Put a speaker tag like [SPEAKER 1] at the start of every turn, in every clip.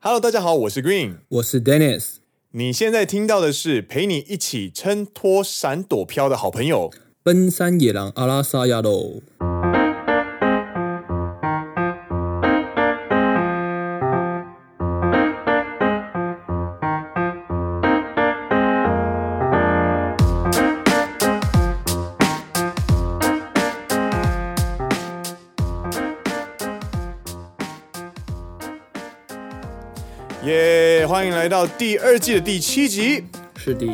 [SPEAKER 1] Hello，大家好，我是 Green。
[SPEAKER 2] 我是 Dennis。
[SPEAKER 1] 你现在听到的是陪你一起撑托闪躲飘的好朋友。
[SPEAKER 2] 奔山野狼阿拉萨亚喽！
[SPEAKER 1] 耶、欢迎来到第二季的第七集。
[SPEAKER 2] 是的，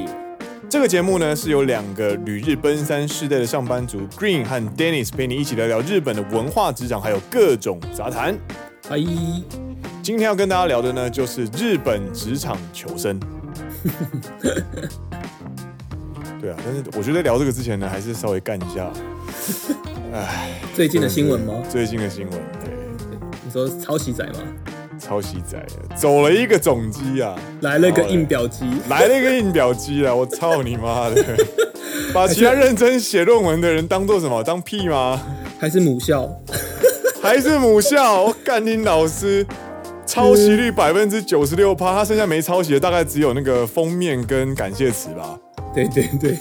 [SPEAKER 1] 这个节目呢是由两个旅日奔三世代的上班族 Green 和 Dennis 陪你一起聊聊日本的文化、职场还有各种杂谈。
[SPEAKER 2] 嗨，
[SPEAKER 1] 今天要跟大家聊的呢就是日本职场求 生。对啊，但是我觉得聊这个之前呢，还是稍微干一下
[SPEAKER 2] 最近的新闻吗？
[SPEAKER 1] 最近的新闻，对，
[SPEAKER 2] 嗯你说抄袭仔吗？
[SPEAKER 1] 抄袭仔走了一个总机啊，
[SPEAKER 2] 来了个印表机，
[SPEAKER 1] 来了一个印表机啊！我操你妈 的！把其他认真写论文的人当做什么？当屁吗？
[SPEAKER 2] 还是母校？
[SPEAKER 1] 还是母校？我干你老师！抄袭
[SPEAKER 2] 嗯
[SPEAKER 1] 率百分之九十六趴，他剩下没抄袭的大概只有那个封面跟感谢词吧。
[SPEAKER 2] 对对对，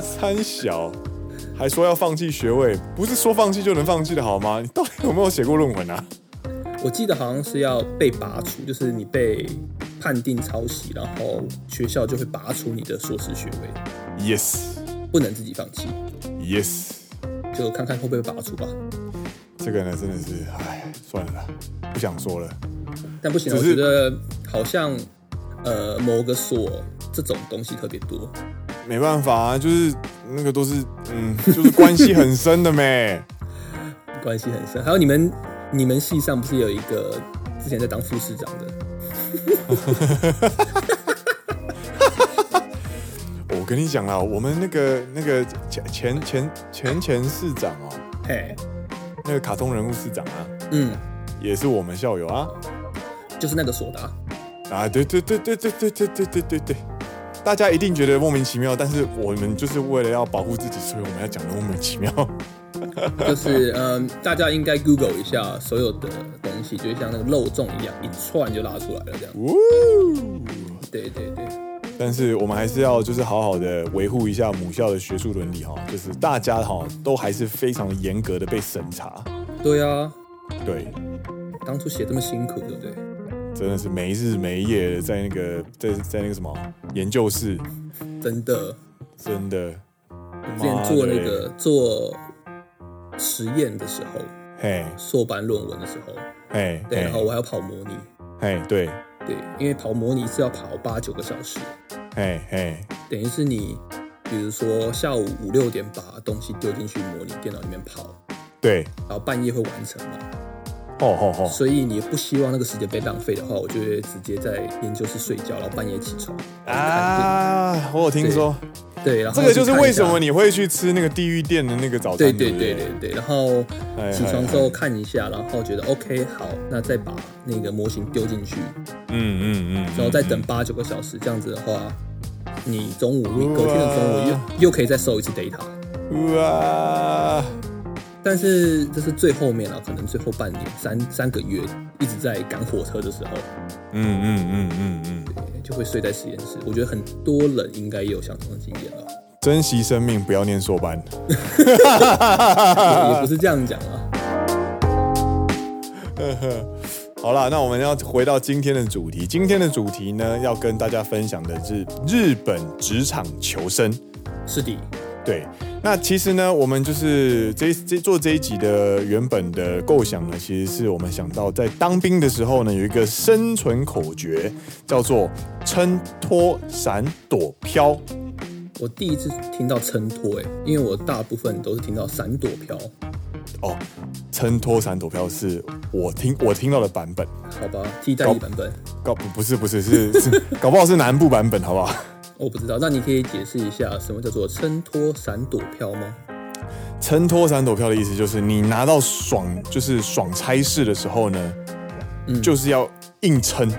[SPEAKER 1] 三小还说要放弃学位，不是说放弃就能放弃的好吗？你到底有没有写过论文啊？
[SPEAKER 2] 我记得好像是要被拔除，就是你被判定抄袭，然后学校就会拔除你的硕士学位，
[SPEAKER 1] Yes,
[SPEAKER 2] 不能自己放弃，
[SPEAKER 1] Yes，
[SPEAKER 2] 就看看会不会被拔除吧。
[SPEAKER 1] 这个呢真的是，哎，算了啦，不想说了。
[SPEAKER 2] 但不行，啊
[SPEAKER 1] 只
[SPEAKER 2] 我
[SPEAKER 1] 是
[SPEAKER 2] 觉得好像呃某个所这种东西特别多，
[SPEAKER 1] 没办法啊，就是那个都是，嗯，就是关系很深的咩。
[SPEAKER 2] 关系很深。还有你们你们系上不是有一个之前在当副市长的？
[SPEAKER 1] 我跟你讲啦，我们那个那个前前前前前市长哦、
[SPEAKER 2] 嘿，
[SPEAKER 1] 那个卡通人物市长啊，
[SPEAKER 2] 嗯，
[SPEAKER 1] 也是我们校友啊。
[SPEAKER 2] 就是那个所达，
[SPEAKER 1] 啊，对对对对对对对对对对对，大家一定觉得莫名其妙，但是我们就是为了要保护自己，所以我们要讲的莫名其妙。
[SPEAKER 2] 就是嗯、大家应该 Google 一下所有的东西，就像那个肉粽一样，一串就拉出来了这样。
[SPEAKER 1] 呜！
[SPEAKER 2] 对对对，
[SPEAKER 1] 但是我们还是要就是好好的维护一下母校的学术伦理哈，就是大家哈都还是非常严格的被审查。
[SPEAKER 2] 对啊，
[SPEAKER 1] 对，
[SPEAKER 2] 当初写这么辛苦，对不对？
[SPEAKER 1] 真的是没日没夜的在那个在在那个什么研究室，
[SPEAKER 2] 真的，
[SPEAKER 1] 真的。
[SPEAKER 2] 之前做那个做实验的时候，
[SPEAKER 1] 妈的嘞，
[SPEAKER 2] 硕班论文的时候，
[SPEAKER 1] 嘿，
[SPEAKER 2] 对，然后
[SPEAKER 1] 嘿，
[SPEAKER 2] 我还要跑模拟，
[SPEAKER 1] 嘿，对，
[SPEAKER 2] 对，因为跑模拟是要跑八九个小时，
[SPEAKER 1] 嘿，嘿，
[SPEAKER 2] 等于是你，比如说下午五六点把东西丢进去模拟电脑里面跑，
[SPEAKER 1] 对，
[SPEAKER 2] 然后半夜会完成
[SPEAKER 1] 哦
[SPEAKER 2] 嘛，
[SPEAKER 1] 吼吼吼，
[SPEAKER 2] 所以你不希望那个时间被浪费的话，我就会直接在研究室睡觉，然后半夜起床啊，
[SPEAKER 1] 啊，我有听说，
[SPEAKER 2] 对，然后
[SPEAKER 1] 这个就是
[SPEAKER 2] 去看一下
[SPEAKER 1] 为什么你会去吃那个地狱店的那个早餐。
[SPEAKER 2] 对
[SPEAKER 1] 对
[SPEAKER 2] 对
[SPEAKER 1] 不
[SPEAKER 2] 对对对，然后
[SPEAKER 1] 哎
[SPEAKER 2] 起床之后看一下，然后觉得 OK 好，那再把那个模型丢进去，
[SPEAKER 1] 嗯嗯嗯，
[SPEAKER 2] 然后再
[SPEAKER 1] 嗯
[SPEAKER 2] 等八九个小时，这样子的话，你中午你隔天的中午
[SPEAKER 1] 哇
[SPEAKER 2] 又又可以再收一次 data。
[SPEAKER 1] 嗯哇，
[SPEAKER 2] 但是这是最后面了，啊可能最后半年三三个月一直在赶火车的时候，
[SPEAKER 1] 嗯嗯嗯嗯嗯，
[SPEAKER 2] 对就会睡在实验室。我觉得很多人应该也有相同的经验啊了，
[SPEAKER 1] 珍惜生命，不要念硕班。
[SPEAKER 2] 也也不是这样讲啊。
[SPEAKER 1] 好啦，那我们要回到今天的主题。今天的主题呢，要跟大家分享的是日本职场求生。
[SPEAKER 2] 是的，
[SPEAKER 1] 对，那其实呢，我们就是这这做这一集的原本的构想呢，其实是我们想到在当兵的时候呢，有一个生存口诀，叫做撑、拖、闪、躲、飘。
[SPEAKER 2] 我第一次听到撑托，哎，因为我大部分都是听到闪躲飘，
[SPEAKER 1] 哦，撑、拖、闪、躲、飘是我听我听到的版本，
[SPEAKER 2] 好吧，替代
[SPEAKER 1] 搞
[SPEAKER 2] 一版本，
[SPEAKER 1] 搞不不是不是是是，搞不好是南部版本，好不好？
[SPEAKER 2] 我不知道。那你可以解释一下什么叫做撑托闪躲飘吗？
[SPEAKER 1] 撑、拖、闪、躲、飘的意思就是你拿到爽就是爽差事的时候呢，就是要硬撑。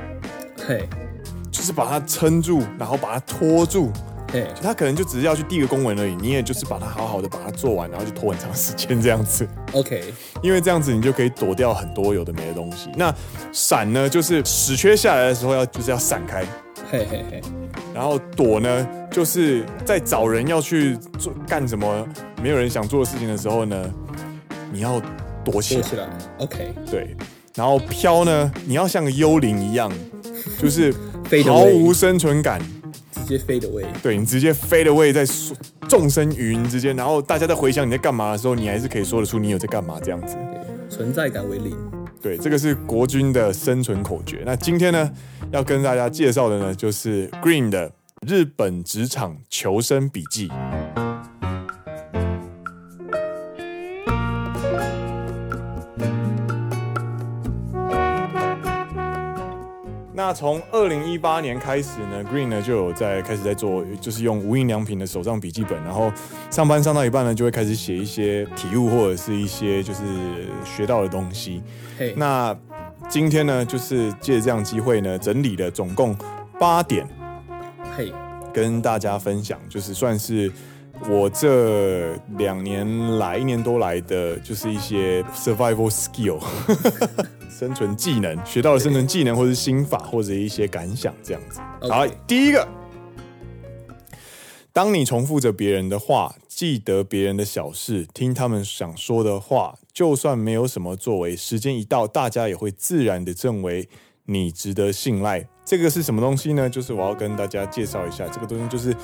[SPEAKER 2] 嘿，
[SPEAKER 1] 就是把它撑住，然后把它拖住，
[SPEAKER 2] 哎，
[SPEAKER 1] 他可能就只是要去递个公文而已，你也就是把它好好的把它做完，然后就拖很长时间这样子。
[SPEAKER 2] OK，
[SPEAKER 1] 因为这样子你就可以躲掉很多有的没的东西。那闪呢，就是死缺下来的时候要就是要闪开，
[SPEAKER 2] 嘿嘿嘿，
[SPEAKER 1] 然后躲呢，就是在找人要去做干什么没有人想做的事情的时候呢，你要躲起
[SPEAKER 2] 做
[SPEAKER 1] 来。
[SPEAKER 2] 起来，OK，
[SPEAKER 1] 对，然后飘呢，你要像个幽灵一样，就是
[SPEAKER 2] 飞得
[SPEAKER 1] 毫
[SPEAKER 2] 位
[SPEAKER 1] 无生存感。
[SPEAKER 2] 直接飞的位，
[SPEAKER 1] 对你直接飞的位在说众生云之间，然后大家在回想你在干嘛的时候，你还是可以说得出你有在干嘛这样子。
[SPEAKER 2] 对存在感为零。
[SPEAKER 1] 对，这个是国军的生存口诀。那今天呢，要跟大家介绍的呢，就是 Green 的《日本职场求生笔记》。那从二零一八年开始呢，Green 呢就有在开始在做，就是用无印良品的手账笔记本，然后上班上到一半呢，就会开始写一些体悟或者是一些就是学到的东西。
[SPEAKER 2] 嘿，
[SPEAKER 1] 那今天呢，就是借这样机会呢，整理了总共八点
[SPEAKER 2] 嘿，
[SPEAKER 1] 跟大家分享，就是算是我这两年来一年多来的，就是一些 survival skill 生存技能，学到的生存技能或是心法或者一些感想这样子。
[SPEAKER 2] OK
[SPEAKER 1] 好，第一个。当你重复着别人的话，记得别人的小事，听他们想说的话，就算没有什么作为，时间一到，大家也会自然的认为你值得信赖。这个是什么东西呢？就是我要跟大家介绍一下，这个东西就是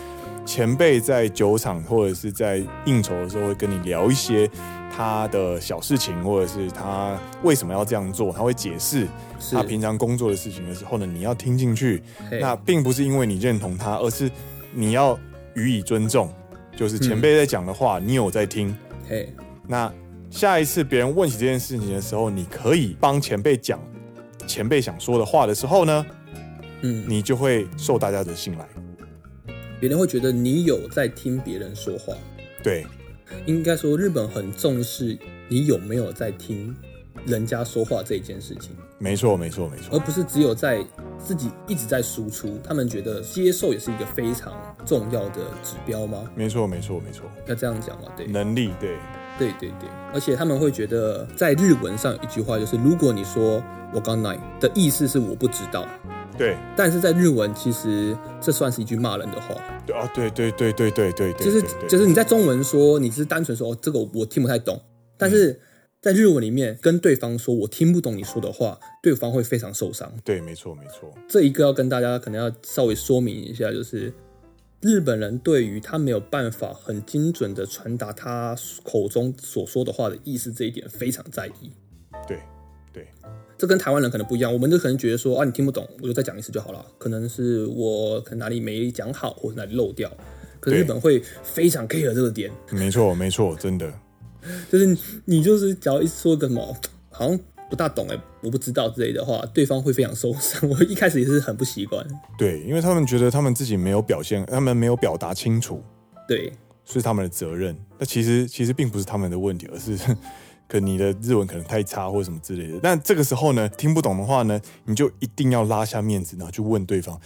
[SPEAKER 1] 前辈在酒场或者是在应酬的时候会跟你聊一些他的小事情，或者是他为什么要这样做，他会解释
[SPEAKER 2] 是
[SPEAKER 1] 他平常工作的事情的时候呢，你要听进去，
[SPEAKER 2] 嘿
[SPEAKER 1] 那并不是因为你认同他，而是你要予以尊重，
[SPEAKER 2] 嗯
[SPEAKER 1] 就是前辈在讲的话，你有在听。
[SPEAKER 2] 嘿，
[SPEAKER 1] 那下一次别人问起这件事情的时候，你可以帮前辈讲前辈想说的话的时候呢，
[SPEAKER 2] 嗯，
[SPEAKER 1] 你就会受大家的信赖。
[SPEAKER 2] 别人会觉得你有在听别人说话。
[SPEAKER 1] 对，
[SPEAKER 2] 应该说，日本很重视你有没有在听人家说话这一件事情，
[SPEAKER 1] 没错，没错，没
[SPEAKER 2] 而
[SPEAKER 1] 错。
[SPEAKER 2] 不是只有在自己一直在输出。他们觉得接受也是一个非常重要的指标吗？
[SPEAKER 1] 没错，没错，没错，
[SPEAKER 2] 要这样讲吗？对，
[SPEAKER 1] 能力对，
[SPEAKER 2] 对对对，而且他们会觉得，在日文上有一句话就是，如果你说“我刚来”的意思是我不知道，
[SPEAKER 1] 对，
[SPEAKER 2] 但是在日文其实这算是一句骂人的话，
[SPEAKER 1] 对啊，对，对，对，对，对，对，对，
[SPEAKER 2] 就是
[SPEAKER 1] 对对
[SPEAKER 2] 就是你在中文说你只是单纯说哦这个我听不太懂，但
[SPEAKER 1] 嗯
[SPEAKER 2] 是在日文里面跟对方说我听不懂你说的话，对方会非常受伤。
[SPEAKER 1] 对，没错，没错，
[SPEAKER 2] 这一个要跟大家可能要稍微说明一下，就是日本人对于他没有办法很精准的传达他口中所说的话的意思这一点非常在意。
[SPEAKER 1] 对，对，
[SPEAKER 2] 这跟台湾人可能不一样，我们就可能觉得说啊，你听不懂，我就再讲一次就好了。可能是我可能哪里没讲好，或者哪里漏掉。可是
[SPEAKER 1] 对
[SPEAKER 2] 日本会非常 care 这个点，
[SPEAKER 1] 没错，没错，真的，
[SPEAKER 2] 就是你你就是只要一说个什么，好像不大懂哎、我不知道之类的话，对方会非常受伤。我一开始也是很不习惯，
[SPEAKER 1] 对，因为他们觉得他们自己没有表现，他们没有表达清楚，
[SPEAKER 2] 对，
[SPEAKER 1] 是他们的责任。那其实其实并不是他们的问题，而是 可能你的日文可能太差或者什么之类的。但这个时候呢，听不懂的话呢，你就一定要拉下面子，然后去问对方。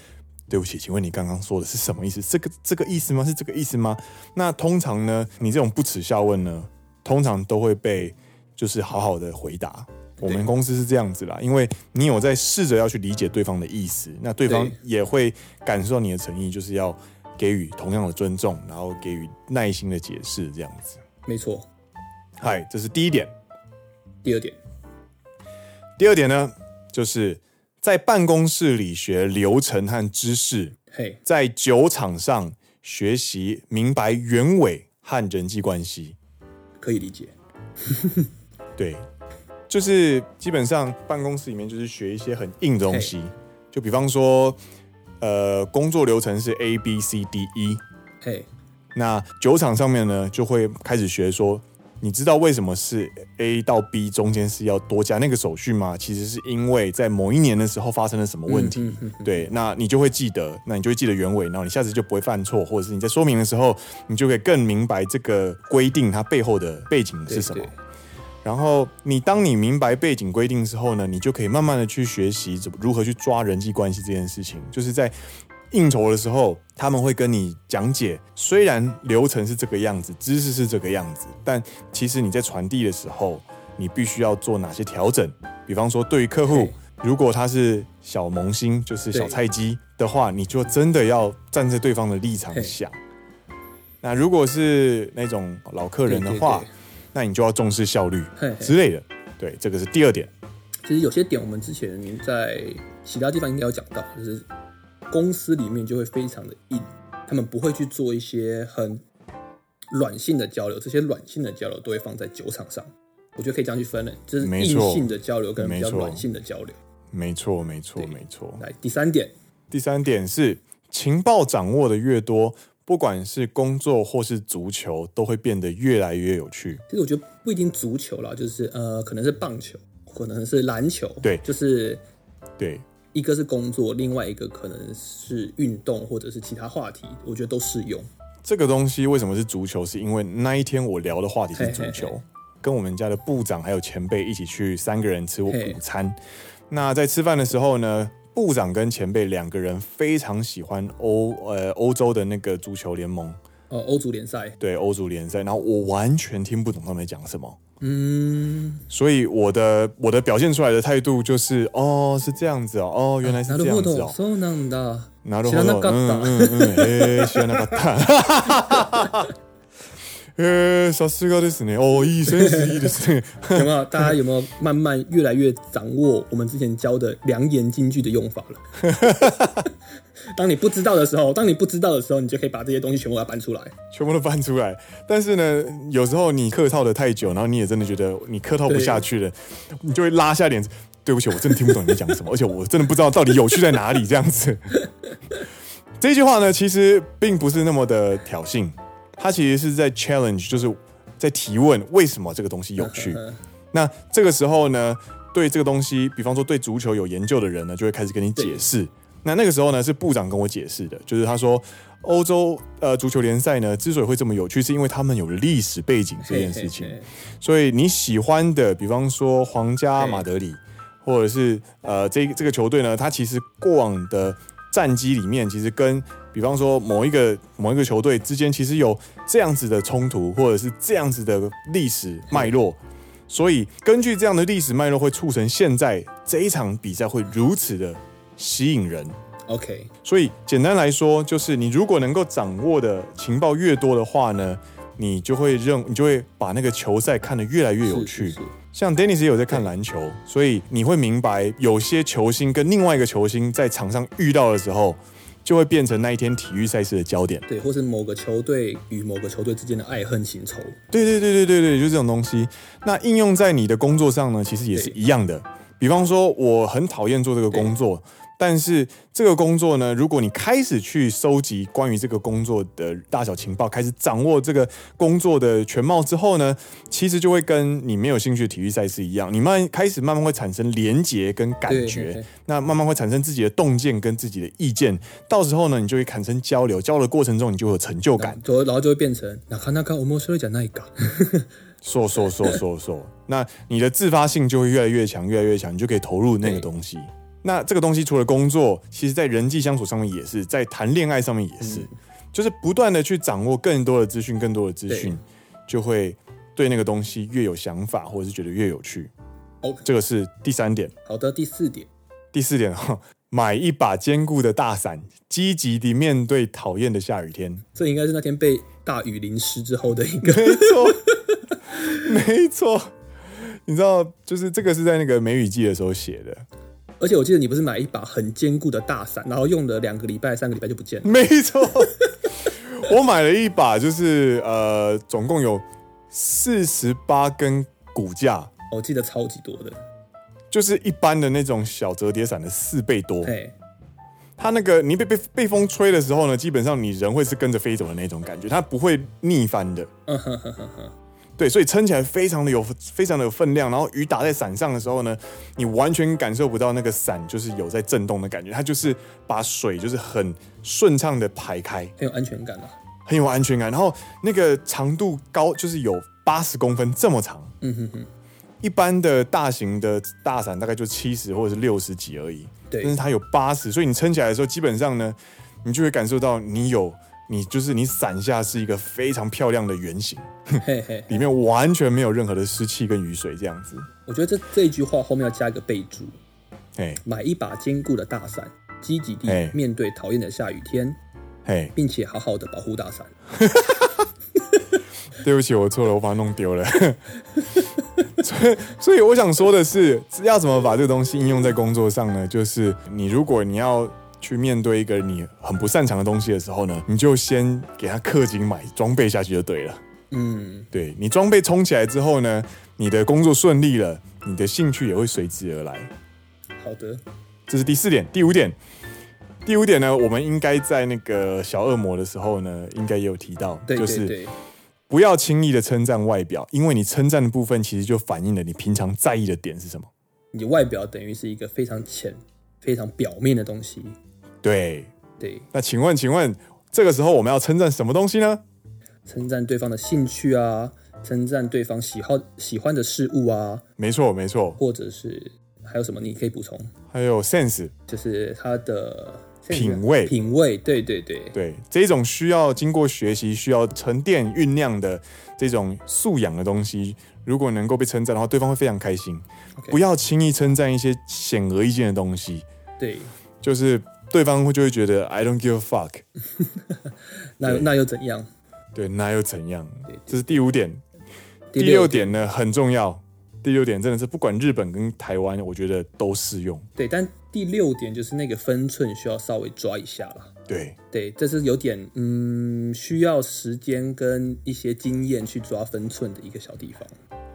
[SPEAKER 1] 对不起，请问你刚刚说的是什么意思？这个这个意思吗？是这个意思吗？那通常呢，你这种不耻下问呢，通常都会被就是好好的回答。我们公司是这样子啦，因为你有在试着要去理解对方的意思，那对方
[SPEAKER 2] 对
[SPEAKER 1] 也会感受到你的诚意，就是要给予同样的尊重，然后给予耐心的解释，这样子。
[SPEAKER 2] 没错。
[SPEAKER 1] 嗨，这是第一点。
[SPEAKER 2] 第二点，
[SPEAKER 1] 第二点呢，就是在办公室里学流程和知识，
[SPEAKER 2] 嘿，
[SPEAKER 1] 在酒场上学习明白原委和人际关系。
[SPEAKER 2] 可以理解。
[SPEAKER 1] 对，就是基本上办公室里面就是学一些很硬的东西，就比方说，呃，工作流程是 A B C D E，
[SPEAKER 2] 嘿，
[SPEAKER 1] 那酒厂上面呢就会开始学说。你知道为什么是 A 到 B 中间是要多加那个手续吗？其实是因为在某一年的时候发生了什么问题，
[SPEAKER 2] 嗯嗯嗯
[SPEAKER 1] 对，那你就会记得，那你就会记得原委，然后你下次就不会犯错，或者是你在说明的时候，你就可以更明白这个规定它背后的背景是什么
[SPEAKER 2] 对。对
[SPEAKER 1] 然后你当你明白背景规定之后呢，你就可以慢慢的去学习怎么如何去抓人际关系这件事情，就是在应酬的时候，他们会跟你讲解，虽然流程是这个样子，知识是这个样子，但其实你在传递的时候，你必须要做哪些调整？比方说，对于客户
[SPEAKER 2] 对，
[SPEAKER 1] 如果他是小萌新，就是小
[SPEAKER 2] 对
[SPEAKER 1] 菜鸡的话，你就真的要站在对方的立场
[SPEAKER 2] 嘿
[SPEAKER 1] 想。那如果是那种老客人的话，
[SPEAKER 2] 对
[SPEAKER 1] 那你就要重视效率
[SPEAKER 2] 嘿嘿
[SPEAKER 1] 之类的。对，这个是第二点。
[SPEAKER 2] 其实有些点我们之前在其他地方应该有讲到，就是公司里面就会非常的硬，他们不会去做一些很软性的交流，这些软性的交流都会放在酒场上。我觉得可以这样去分了，就是
[SPEAKER 1] 没
[SPEAKER 2] 硬
[SPEAKER 1] 错
[SPEAKER 2] 性的交流跟比较
[SPEAKER 1] 没错
[SPEAKER 2] 软性的交流。
[SPEAKER 1] 没错，没错，
[SPEAKER 2] 对
[SPEAKER 1] 没错。
[SPEAKER 2] 来，第三点，
[SPEAKER 1] 第三点是情报掌握的越多，不管是工作或是足球，都会变得越来越有趣。
[SPEAKER 2] 其实我觉得不一定足球啦，就是呃，可能是棒球，可能是篮球，
[SPEAKER 1] 对
[SPEAKER 2] 就是
[SPEAKER 1] 对，
[SPEAKER 2] 一个是工作，另外一个可能是运动或者是其他话题，我觉得都适用。
[SPEAKER 1] 这个东西为什么是足球？是因为那一天我聊的话题是足球，
[SPEAKER 2] 嘿嘿
[SPEAKER 1] 跟我们家的部长还有前辈一起去三个人吃午
[SPEAKER 2] 嘿
[SPEAKER 1] 餐。那在吃饭的时候呢，部长跟前辈两个人非常喜欢欧呃欧洲的那个足球联盟，
[SPEAKER 2] 呃，欧足联赛，
[SPEAKER 1] 对欧足联赛，然后我完全听不懂他们在讲什么。
[SPEAKER 2] 嗯，
[SPEAKER 1] 所以我的我的表现出来的态度就是，哦，是这样子哦，哦，原来是
[SPEAKER 2] な
[SPEAKER 1] 这
[SPEAKER 2] るほ
[SPEAKER 1] 样子
[SPEAKER 2] ど、
[SPEAKER 1] 哦，
[SPEAKER 2] そうなんだ。
[SPEAKER 1] なる
[SPEAKER 2] 知ら
[SPEAKER 1] ほ
[SPEAKER 2] な
[SPEAKER 1] ど，
[SPEAKER 2] かった
[SPEAKER 1] 嗯嗯嗯，えー、知らなかった。えー、さすがですね。哦，いいセンスいいですね。
[SPEAKER 2] 有没有？大家有没有慢慢越来越掌握我们之前教的良言金句的用法了？ 当你不知道的时候，当你不知道的时候，你就可以把这些东西全部给它搬出 来。
[SPEAKER 1] 全部都翻出来。但是呢，有时候你客套的太久，然后你也真的觉得你客套不下去了，你就会拉下脸，对不起，我真的听不懂你在讲什么，而且我真的不知道到底有趣在哪里。这样子，这句话呢，其实并不是那么的挑衅，它其实是在 challenge，就是在提问为什么这个东西有 趣。那这个时候呢，对这个东西，比方说对足球有研究的人呢，就会开始跟你解释。那那个时候呢，是部长跟我解释的，就是他说，欧洲呃足球联赛呢之所以会这么有趣，是因为他们有历史背景这件事情。
[SPEAKER 2] 嘿嘿嘿
[SPEAKER 1] 所以你喜欢的，比方说皇家
[SPEAKER 2] 对
[SPEAKER 1] 马德里，或者是呃这这个球队呢，它其实过往的战绩里面，其实跟比方说某一个某一个球队之间，其实有这样子的冲突，或者是这样子的历史脉络。所以根据这样的历史脉络，会促成现在这一场比赛会如此的吸引人。
[SPEAKER 2] OK，
[SPEAKER 1] 所以简单来说，就是你如果能够掌握的情报越多的话呢，你就会认，你就会把那个球赛看得越来越有
[SPEAKER 2] 是
[SPEAKER 1] 趣。
[SPEAKER 2] 是是
[SPEAKER 1] 像 Dennis 也有在看篮球，所以你会明白有些球星跟另外一个球星在场上遇到的时候，就会变成那一天体育赛事的焦点。
[SPEAKER 2] 对，或是某个球队与某个球队之间的爱恨情仇。
[SPEAKER 1] 对对对对对对，就这种东西。那应用在你的工作上呢，其实也是
[SPEAKER 2] 对
[SPEAKER 1] 一样的。比方说，我很讨厌做这个工作，但是这个工作呢，如果你开始去收集关于这个工作的大小情报，开始掌握这个工作的全貌之后呢，其实就会跟你没有兴趣的体育赛事一样，你慢开始慢慢会产生连结跟感
[SPEAKER 2] 对
[SPEAKER 1] 觉。
[SPEAKER 2] 嘿嘿
[SPEAKER 1] 那慢慢会产生自己的洞见跟自己的意见，到时候呢，你就会产生交流，交流的过程中你就会有成就感。
[SPEAKER 2] 然后然后就会变成なかなか面白いじゃないか。
[SPEAKER 1] 说说说说说，那你的自发性就会越来越强，越来越强，你就可以投入那个
[SPEAKER 2] 对
[SPEAKER 1] 东西。那这个东西除了工作，其实在人际相处上面也是，在谈恋爱上面也
[SPEAKER 2] 嗯
[SPEAKER 1] 是，就是不断的去掌握更多的资讯，更多的资讯，就会对那个东西越有想法，或者是觉得越有趣。
[SPEAKER 2] OK，
[SPEAKER 1] 这个是第三点，
[SPEAKER 2] 好的，第四点，
[SPEAKER 1] 第四点哦，买一把坚固的大伞，积极地面对讨厌的下雨天。
[SPEAKER 2] 这应该是那天被大雨淋湿之后的一个。
[SPEAKER 1] 没错，没错。你知道，就是这个是在那个梅雨季的时候写的，
[SPEAKER 2] 而且我记得你不是买一把很坚固的大伞，然后用了两个礼拜、三个礼拜就不见了。
[SPEAKER 1] 没错。我买了一把，就是呃，总共有四十八根骨架，
[SPEAKER 2] 我记得超级多的，
[SPEAKER 1] 就是一般的那种小折叠伞的四倍多。
[SPEAKER 2] 嘿，
[SPEAKER 1] 它那个你被被被风吹的时候呢，基本上你人会是跟着飞走的那种感觉，它不会逆翻的。
[SPEAKER 2] 嗯哼哼哼哼，
[SPEAKER 1] 对，所以撑起来非常的有非常的有分量，然后雨打在伞上的时候呢，你完全感受不到那个伞就是有在震动的感觉，它就是把水就是很顺畅的排开，
[SPEAKER 2] 很有安全感啊。
[SPEAKER 1] 很有安全感。然后那个长度高就是有八十公分这么长，
[SPEAKER 2] 嗯哼哼，
[SPEAKER 1] 一般的大型的大伞大概就七十或者是六十几而已，但
[SPEAKER 2] 对
[SPEAKER 1] 是，它有八十，所以你撑起来的时候基本上呢，你就会感受到你有你就是你伞下是一个非常漂亮的圆形，
[SPEAKER 2] 嘿嘿，
[SPEAKER 1] 里面完全没有任何的湿气跟雨水这样子。
[SPEAKER 2] 我觉得这这一句话后面要加一个备注：
[SPEAKER 1] 哎
[SPEAKER 2] 买一把坚固的大伞，积极
[SPEAKER 1] 哎
[SPEAKER 2] 地面对讨厌的下雨天，
[SPEAKER 1] 哎，
[SPEAKER 2] 并且好好的保护大伞。
[SPEAKER 1] 对不起，我错了，我把它弄丢了。 所以，所以我想说的是，要怎么把这个东西应用在工作上呢？就是你如果你要去面对一个你很不擅长的东西的时候呢，你就先给它氪金买装备下去就对了。
[SPEAKER 2] 嗯，
[SPEAKER 1] 对你装备充起来之后呢，你的工作顺利了，你的兴趣也会随之而来。
[SPEAKER 2] 好的，
[SPEAKER 1] 这是第四点，第五点，第五点呢，我们应该在那个小恶魔的时候呢，应该也有提到，
[SPEAKER 2] 对
[SPEAKER 1] 就
[SPEAKER 2] 对
[SPEAKER 1] 是
[SPEAKER 2] 对，
[SPEAKER 1] 不要轻易的称赞外表，因为你称赞的部分其实就反映了你平常在意的点是什么。
[SPEAKER 2] 你外表等于是一个非常浅、非常表面的东西。
[SPEAKER 1] 对，
[SPEAKER 2] 对，
[SPEAKER 1] 那请问，请问这个时候我们要称赞什么东西呢？
[SPEAKER 2] 称赞对方的兴趣啊，称赞对方喜好喜欢的事物啊，
[SPEAKER 1] 没错，没错，
[SPEAKER 2] 或者是还有什么你可以补充？
[SPEAKER 1] 还有 sense，
[SPEAKER 2] 就是他的
[SPEAKER 1] 品味
[SPEAKER 2] 品味，对对对，
[SPEAKER 1] 对这种需要经过学习、需要沉淀酝酿的这种素养的东西，如果能够被称赞的话，对方会非常开心。
[SPEAKER 2] OK
[SPEAKER 1] 不要轻易称赞一些显而易见的东西，
[SPEAKER 2] 对，
[SPEAKER 1] 就是对方会就会觉得 I don't give a fuck，
[SPEAKER 2] 那
[SPEAKER 1] 对
[SPEAKER 2] 那又怎样？
[SPEAKER 1] 对，那又怎样
[SPEAKER 2] 对对？
[SPEAKER 1] 这是第五点，
[SPEAKER 2] 第
[SPEAKER 1] 第六
[SPEAKER 2] 点，
[SPEAKER 1] 点呢很重要。第六点真的是不管日本跟台湾，我觉得都适用。
[SPEAKER 2] 对，但第六点就是那个分寸需要稍微抓一下啦。
[SPEAKER 1] 对，
[SPEAKER 2] 对，这是有点嗯，需要时间跟一些经验去抓分寸的一个小地方。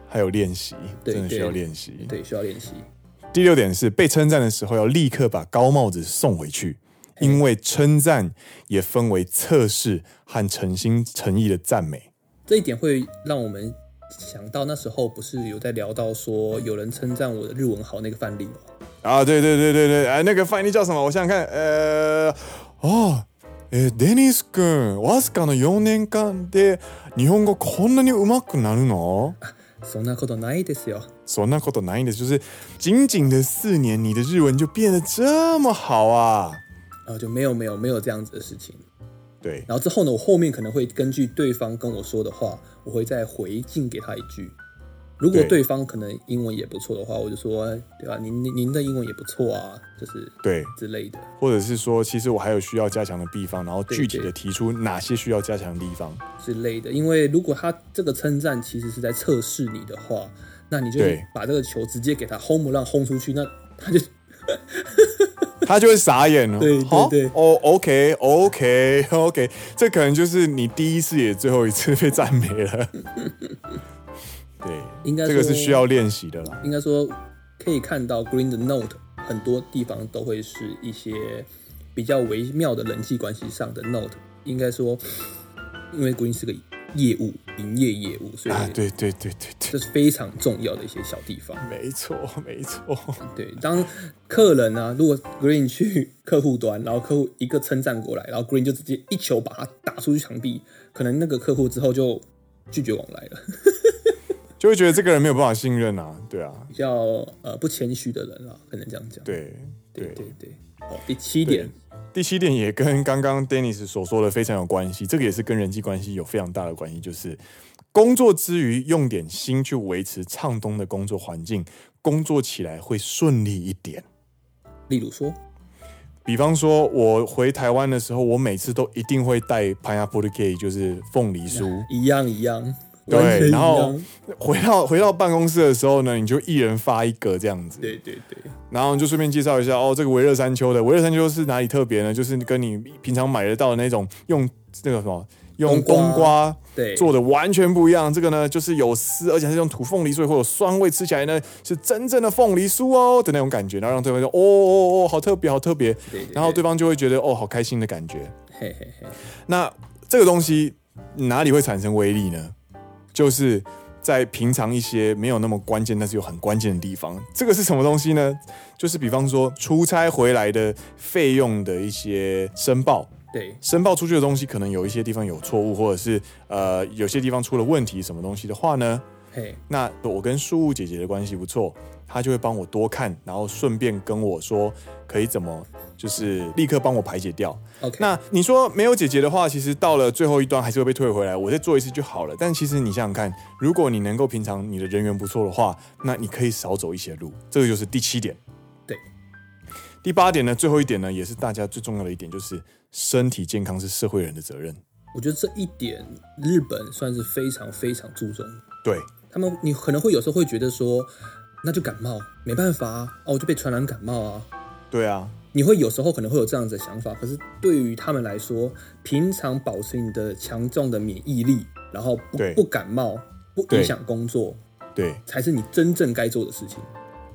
[SPEAKER 1] 还有练习，
[SPEAKER 2] 对
[SPEAKER 1] 真的需
[SPEAKER 2] 对
[SPEAKER 1] 要练习。
[SPEAKER 2] 对，需要练习。
[SPEAKER 1] 第六点是被称赞的时候要立刻把高帽子送回去，
[SPEAKER 2] 哎
[SPEAKER 1] 因为称赞也分为测试和诚心诚意的赞美。
[SPEAKER 2] 这一点会让我们想到那时候不是有在聊到说有人称赞我的日文好那个范例吗？
[SPEAKER 1] 啊，对对对对对，哎、那个翻译叫什么？我想想看，呃，哦。えーデニス君、わずかの4年間で日本語こんなに上手くなるの
[SPEAKER 2] そんなことないですよ。
[SPEAKER 1] そんなことないんです。就是仅仅的四年，你的日文就变得这么好啊！
[SPEAKER 2] 然后就没有没有没有这样子的事情。
[SPEAKER 1] 对，
[SPEAKER 2] 然后之后呢，我后面可能会根据对方跟我说的话，我会再回敬给他一句。如果
[SPEAKER 1] 对
[SPEAKER 2] 对方可能英文也不错的话，我就说，对吧、您您您的英文也不错啊，就是
[SPEAKER 1] 对，
[SPEAKER 2] 之类的。
[SPEAKER 1] 或者是说，其实我还有需要加强的地方，然后具体
[SPEAKER 2] 对
[SPEAKER 1] 的提出哪些需要加强的地方。
[SPEAKER 2] 之类的。因为如果他这个称赞其实是在测试你的话，那你就
[SPEAKER 1] 对
[SPEAKER 2] 把这个球直接给他轰不让轰出去，那他就
[SPEAKER 1] 他就会傻眼了。
[SPEAKER 2] 对对
[SPEAKER 1] 哈
[SPEAKER 2] 对
[SPEAKER 1] 哦，OK OK OK，这可能就是你第一次也最后一次被赞美 了。对，
[SPEAKER 2] 应该
[SPEAKER 1] 这个
[SPEAKER 2] 说
[SPEAKER 1] 是需要练习的啦。
[SPEAKER 2] 应该说可以看到 Green 的 Note 很多地方都会是一些比较微妙的人际关系上的 Note。应该说，因为 Green 是个业务营业业务，所以
[SPEAKER 1] 啊，对对对对对，
[SPEAKER 2] 这是非常重要的一些小地方。
[SPEAKER 1] 没错没错，
[SPEAKER 2] 对，当客人呢、如果 Green 去客户端，然后客户一个称赞过来，然后 Green 就直接一球把他打出去墙壁，可能那个客户之后就拒绝往来了，
[SPEAKER 1] 就会觉得这个人没有办法信任啊。对啊，
[SPEAKER 2] 比较呃不谦虚的人啊，可能这样讲。
[SPEAKER 1] 对
[SPEAKER 2] 对
[SPEAKER 1] 对
[SPEAKER 2] 对对。好，第七
[SPEAKER 1] 对
[SPEAKER 2] 点，
[SPEAKER 1] 第七点也跟刚刚 Dennis 所说的非常有关系，这个也是跟人际关系有非常大的关系，就是工作之余用点心去维持畅通的工作环境，工作起来会顺利一点。
[SPEAKER 2] 例如说，
[SPEAKER 1] 比方说，我回台湾的时候，我每次都一定会带 pineapple cake，就是凤梨酥。
[SPEAKER 2] 一样一样，
[SPEAKER 1] 对
[SPEAKER 2] 完全一
[SPEAKER 1] 然后
[SPEAKER 2] 样，
[SPEAKER 1] 回到回到办公室的时候呢，你就一人发一个这样子。
[SPEAKER 2] 对对对，
[SPEAKER 1] 然后就顺便介绍一下哦，这个维热山丘的维热山丘是哪里特别呢？就是跟你平常买得到的那种用那个什么用
[SPEAKER 2] 冬瓜
[SPEAKER 1] 冬瓜
[SPEAKER 2] 对
[SPEAKER 1] 做的完全不一样。这个呢，就是有丝，而且是用土凤梨，所以会有酸味，吃起来呢是真正的凤梨酥哦的那种感觉。然后让对方说哦哦哦，好特别，好特别。
[SPEAKER 2] 对对
[SPEAKER 1] 然后对方就会觉得哦，好开心的感觉。
[SPEAKER 2] 嘿嘿嘿，
[SPEAKER 1] 那这个东西哪里会产生威力呢？就是在平常一些没有那么关键，但是又很关键的地方。这个是什么东西呢？就是比方说出差回来的费用的一些申报，
[SPEAKER 2] 对
[SPEAKER 1] 申报出去的东西可能有一些地方有错误，或者是呃有些地方出了问题，什么东西的话呢？
[SPEAKER 2] 嘿，
[SPEAKER 1] 那我跟淑务姐姐的关系不错，他就会帮我多看，然后顺便跟我说可以怎么，就是立刻帮我排解掉。
[SPEAKER 2] OK，
[SPEAKER 1] 那你说没有姐姐的话，其实到了最后一端还是会被退回来，我再做一次就好了。但其实你想想看，如果你能够平常你的人缘不错的话，那你可以少走一些路。这个就是第七点。
[SPEAKER 2] 对，
[SPEAKER 1] 第八点呢，最后一点呢，也是大家最重要的一点，就是身体健康是社会人的责任。
[SPEAKER 2] 我觉得这一点日本算是非常非常注重。
[SPEAKER 1] 对，
[SPEAKER 2] 他们你可能会有时候会觉得说，那就感冒没办法啊，哦，我就被传染感冒啊。
[SPEAKER 1] 对啊，
[SPEAKER 2] 你会有时候可能会有这样子的想法，可是对于他们来说，平常保持你的强壮的免疫力，然后不
[SPEAKER 1] 对
[SPEAKER 2] 不感冒，不
[SPEAKER 1] 对
[SPEAKER 2] 影响工作，
[SPEAKER 1] 对，
[SPEAKER 2] 才是你真正该做的事情。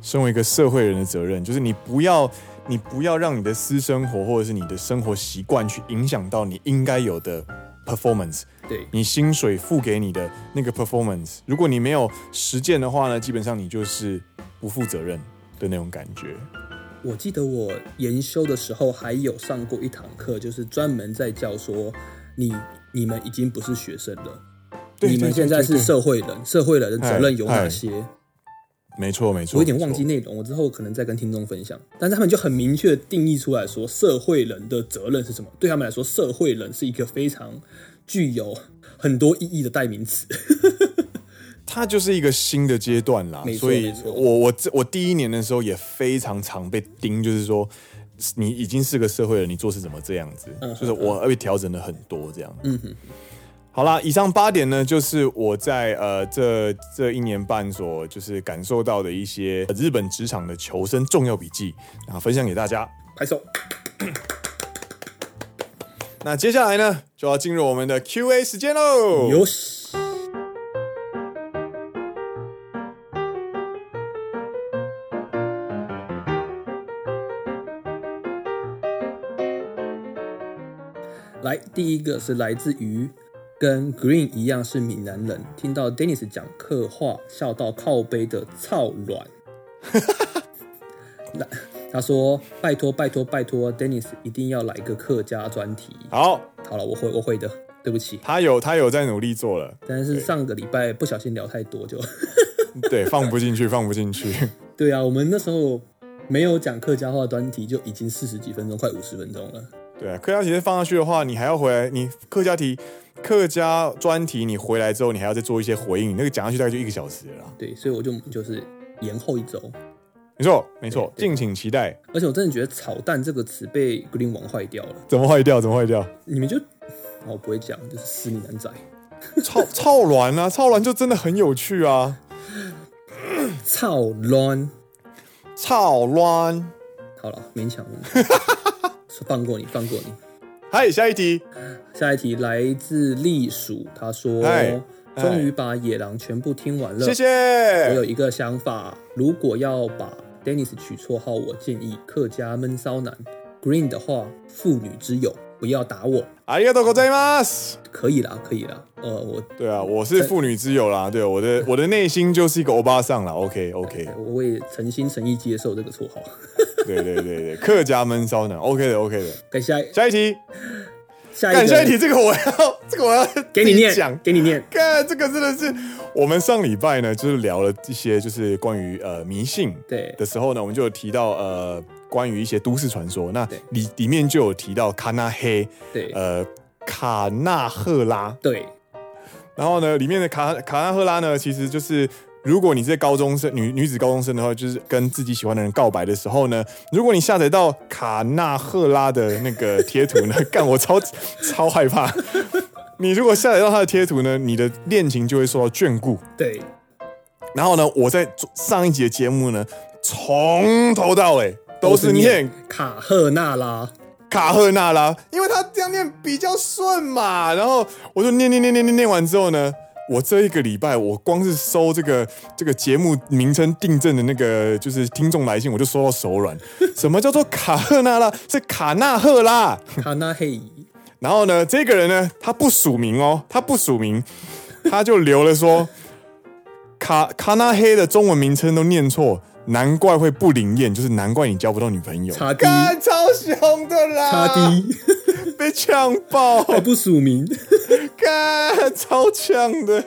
[SPEAKER 1] 身为一个社会人的责任，就是你不要，你不要让你的私生活或者是你的生活习惯去影响到你应该有的 performance。
[SPEAKER 2] 对，
[SPEAKER 1] 你薪水付给你的那个 performance，如果你没有实践的话呢，基本上你就是不负责任的那种感觉。
[SPEAKER 2] 我记得我研修的时候还有上过一堂课，就是专门在教说你你们已经不是学生了，
[SPEAKER 1] 对
[SPEAKER 2] 你们
[SPEAKER 1] 对
[SPEAKER 2] 现在
[SPEAKER 1] 对
[SPEAKER 2] 是
[SPEAKER 1] 对
[SPEAKER 2] 社会人，社会人的责任有哪些？
[SPEAKER 1] 没错没错，
[SPEAKER 2] 我有点忘记
[SPEAKER 1] 没
[SPEAKER 2] 内容，我之后可能再跟听众分享。但是他们就很明确地定义出来说，社会人的责任是什么？对他们来说，社会人是一个非常具有很多意义的代名词。
[SPEAKER 1] 错，它就是一个新的阶段啦
[SPEAKER 2] 没。错
[SPEAKER 1] 所以
[SPEAKER 2] 没错
[SPEAKER 1] 我，我我我第一年的时候也非常常被盯，就是说你已经是个社会人，你做事怎么这样子？就是我被调整了很多这样。
[SPEAKER 2] 嗯哼，
[SPEAKER 1] 好啦，以上八点呢，就是我在呃这这一年半所就是感受到的一些呃日本职场的求生重要笔记，然后分享给大家。
[SPEAKER 2] 拍手。
[SPEAKER 1] 那接下来呢，就要进入我们的 Q&A 时间喽。
[SPEAKER 2] 有喜来，第一个是来自于跟 Green 一样是闽南人，听到 Dennis 讲客话，笑到靠背的操卵。那他说：“拜托，拜托，拜托，Dennis 一定要来个客家专题。
[SPEAKER 1] 好，”
[SPEAKER 2] 好了，我会，我会的，对不起。
[SPEAKER 1] 他有他有在努力做了，
[SPEAKER 2] 但是上个礼拜不小心聊太多就，
[SPEAKER 1] 对，放不进去，放不进去。
[SPEAKER 2] 对啊，我们那时候没有讲客家话专题就已经四十几分钟，快五十分钟了。
[SPEAKER 1] 对啊，客家题放上去的话，你还要回来，你客家题、客家专题，你回来之后，你还要再做一些回应，你那个讲下去大概就一个小时了啦。
[SPEAKER 2] 对，所以我就就是延后一周。
[SPEAKER 1] 没错，没错，
[SPEAKER 2] 对对
[SPEAKER 1] 敬请期待。
[SPEAKER 2] 而且我真的觉得“炒蛋”这个词被 Green 玩坏掉了。
[SPEAKER 1] 怎么坏掉？怎么坏掉？
[SPEAKER 2] 你们就，好我不会讲，就是死你男仔，
[SPEAKER 1] 操操卵啊，操卵就真的很有趣啊，
[SPEAKER 2] 操乱。
[SPEAKER 1] 操卵。
[SPEAKER 2] 好了，勉强勉强放过你，放过你。
[SPEAKER 1] 嗨，下一题，
[SPEAKER 2] 下一题来自栗鼠，他说
[SPEAKER 1] 嗨：“
[SPEAKER 2] 终于把野狼全部听完了，
[SPEAKER 1] 谢
[SPEAKER 2] 我有
[SPEAKER 1] 谢。
[SPEAKER 2] 一个想法，如果要把 Dennis 取绰号，我建议客家闷骚男，Green 的话，妇女之友，不要打我，
[SPEAKER 1] ありがとうございます。
[SPEAKER 2] 可以啦，可以啦。呃，我
[SPEAKER 1] 对啊，我是妇女之友啦，对，我 的我的内心就是一个欧巴桑啦。OK OK，
[SPEAKER 2] 我也诚心诚意接受这个绰号。
[SPEAKER 1] 对对对 对，客家闷骚男，OK 的 OK 的。
[SPEAKER 2] 感下
[SPEAKER 1] 下一题，
[SPEAKER 2] 下一
[SPEAKER 1] 干
[SPEAKER 2] 个
[SPEAKER 1] 下一题，这个我要，这个我要
[SPEAKER 2] 给你
[SPEAKER 1] 自己
[SPEAKER 2] 念
[SPEAKER 1] 讲，。
[SPEAKER 2] 给你念。
[SPEAKER 1] 干，这个真的是我们上礼拜呢，就是聊了一些就是关于呃迷信
[SPEAKER 2] 对
[SPEAKER 1] 的时候呢，我们就有提到呃关于一些都市传说，那
[SPEAKER 2] 对
[SPEAKER 1] 里里面就有提到卡纳黑，
[SPEAKER 2] 对、
[SPEAKER 1] 呃卡纳赫拉，
[SPEAKER 2] 对，
[SPEAKER 1] 然后呢，里面的卡卡纳赫拉呢，其实就是如果你是高中生女女子高中生的话，就是跟自己喜欢的人告白的时候呢，如果你下载到卡纳赫拉的那个贴图呢，干我超 超害怕。你如果下载到他的贴图呢，你的恋情就会受到眷顾。
[SPEAKER 2] 对，
[SPEAKER 1] 然后呢，我在上一集的节目呢，从头到尾都是念
[SPEAKER 2] 卡赫纳 拉。
[SPEAKER 1] 卡赫纳拉，因为他这样念比较顺嘛。然后我就念念念念念念完之后呢，我这一个礼拜我光是收这个这个节目名称订正的那个就是听众来信，我就收到手软。什么叫做卡赫纳拉？是卡纳赫拉。
[SPEAKER 2] 卡纳嘿，
[SPEAKER 1] 然后呢，这个人呢，他不署名哦，他不署名，他就留了说，卡卡纳黑的中文名称都念错，难怪会不灵验，就是难怪你交不到女朋友。
[SPEAKER 2] 叉 D
[SPEAKER 1] 干超凶的啦，
[SPEAKER 2] 卡迪，
[SPEAKER 1] 被呛爆，
[SPEAKER 2] 还不署名。
[SPEAKER 1] 干超呛的。